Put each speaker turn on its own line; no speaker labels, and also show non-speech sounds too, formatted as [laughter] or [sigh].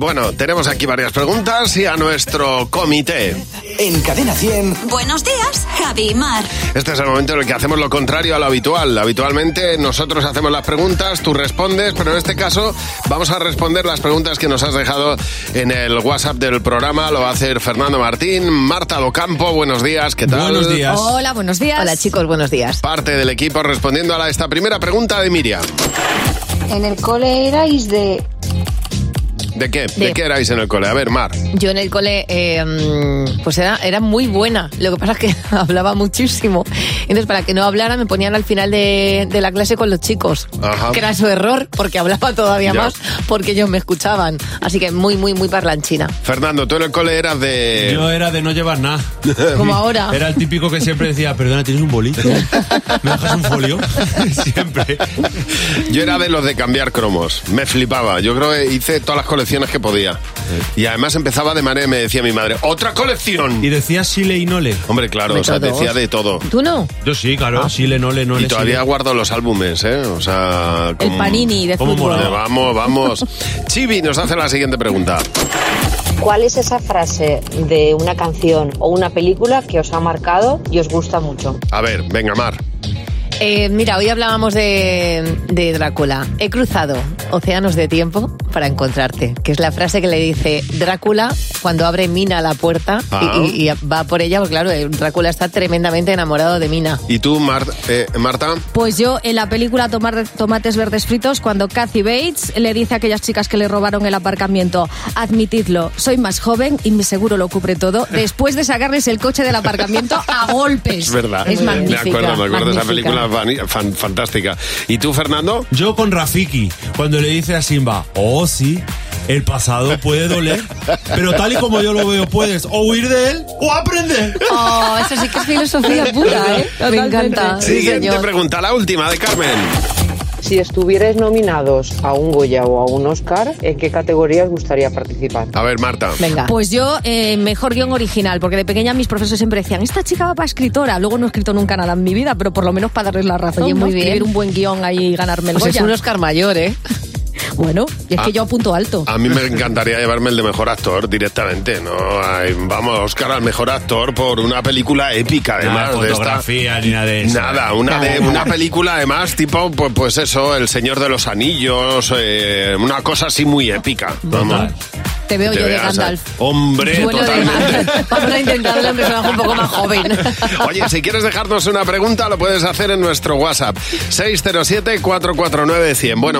Bueno, tenemos aquí varias preguntas y a nuestro comité.
En Cadena 100.
Buenos días, Javi y Mar.
Este es el momento en el que hacemos lo contrario a lo habitual. Habitualmente nosotros hacemos las preguntas, tú respondes, pero en este caso vamos a responder las preguntas que nos has dejado en el WhatsApp del programa. Lo va a hacer Fernando Martín, Marta Docampo, buenos días, ¿qué tal?
Buenos días.
Hola, buenos días.
Hola chicos, buenos días.
Parte del equipo respondiendo a la- esta primera pregunta de Miriam.
En el cole erais de...
¿De qué? ¿De,
De-
qué erais en el cole? A ver, Mar.
Yo en el cole, eh, mm, pues era, era muy buena. Lo que pasa es que [laughs] hablaba muchísimo. Entonces, para que no hablara, me ponían al final de, de la clase con los chicos.
Ajá.
Que era su error, porque hablaba todavía
Ya.
más, porque ellos me escuchaban. Así que muy, muy, muy parlanchina.
Fernando, tú en el cole eras de...
Yo era de no llevar nada.
Eh. [laughs] Como ahora.
Era el típico que siempre decía, perdona, ¿tienes un boli? ¿Me dejas un folio? [laughs] siempre.
Yo era de los de cambiar cromos. Me flipaba. Yo creo que hice todas las colecciones que podía. Y además empezaba de manera, me decía mi madre, ¡otra colección!
Y decía Sile y Nole.
Hombre, claro,
De
o sea,
todos.
decía de todo.
¿Tú no?
Yo sí, claro. Ah, Sile, Nole, Nole.
Y todavía guardo los álbumes, ¿eh? O sea...
El
con-
panini de
¿Cómo
fútbol.
Vale,
molaba?
Vamos,
[laughs]
vamos. Chibi nos hace la siguiente pregunta.
¿Cuál es esa frase de una canción o una película que os ha marcado y os gusta mucho?
A ver, venga, Mar.
Eh, mira, hoy hablábamos de, de Drácula. He cruzado océanos de tiempo para encontrarte, que es la frase que le dice Drácula cuando abre Mina la puerta y-
Ah.
y, y va por ella, porque claro, eh, Drácula está tremendamente enamorado de Mina.
¿Y tú, Mar- eh, Marta?
Pues yo en la película Tomar- Tomates Verdes Fritos, cuando Kathy Bates le dice a aquellas chicas que le robaron el aparcamiento, admitidlo, soy más joven y mi seguro lo cubre
[laughs]
todo, después de sacarles el coche del aparcamiento a golpes.
Es verdad.
Es
me
magnífica,
acuerdo, me acuerdo. Esa
magnífica.
película fan- fan- fantástica. ¿Y tú, Fernando?
Yo con Rafiki, cuando le dice a Simba, oh sí, el pasado puede doler, pero tal y como yo lo veo, puedes o huir de él o aprender.
Oh, eso sí que es filosofía pura, ¿eh? Me encanta. sí,
Siguiente
señor.
pregunta, la última de Carmen.
Si estuvierais nominados a un Goya o a un Oscar, ¿en qué categoría os gustaría participar?
A ver, Marta.
Venga.
Pues yo, eh, mejor guión original, porque de pequeña mis profesores siempre decían, esta chica va para escritora. Luego no he escrito nunca nada en mi vida, pero por lo menos para darles la razón.
Oye,
¿no?
muy bien.
Escribir un buen guión ahí y ganarme el
Pues es
Goya.
un Oscar mayor, ¿eh?
[laughs] Bueno, y es
Ah.
que yo apunto alto.
A mí me encantaría llevarme el de mejor actor directamente, ¿no? Ay, vamos, Oscar al mejor actor por una película épica, además de esta.
ni nada de ¿eh?
Nada, una,
Nada,
de,
nada.
una película además tipo, pues, pues eso, El Señor de los Anillos, eh, una cosa así muy épica. Vamos.
Te veo
Te
yo de
veas,
Gandalf.
eh. Hombre,
Duelo de
totalmente.
[laughs] Gandalf. Vamos a intentarlo en un personaje un poco más joven.
[laughs] Oye, si quieres dejarnos una pregunta, lo puedes hacer en nuestro WhatsApp. 607-449-100. Bueno,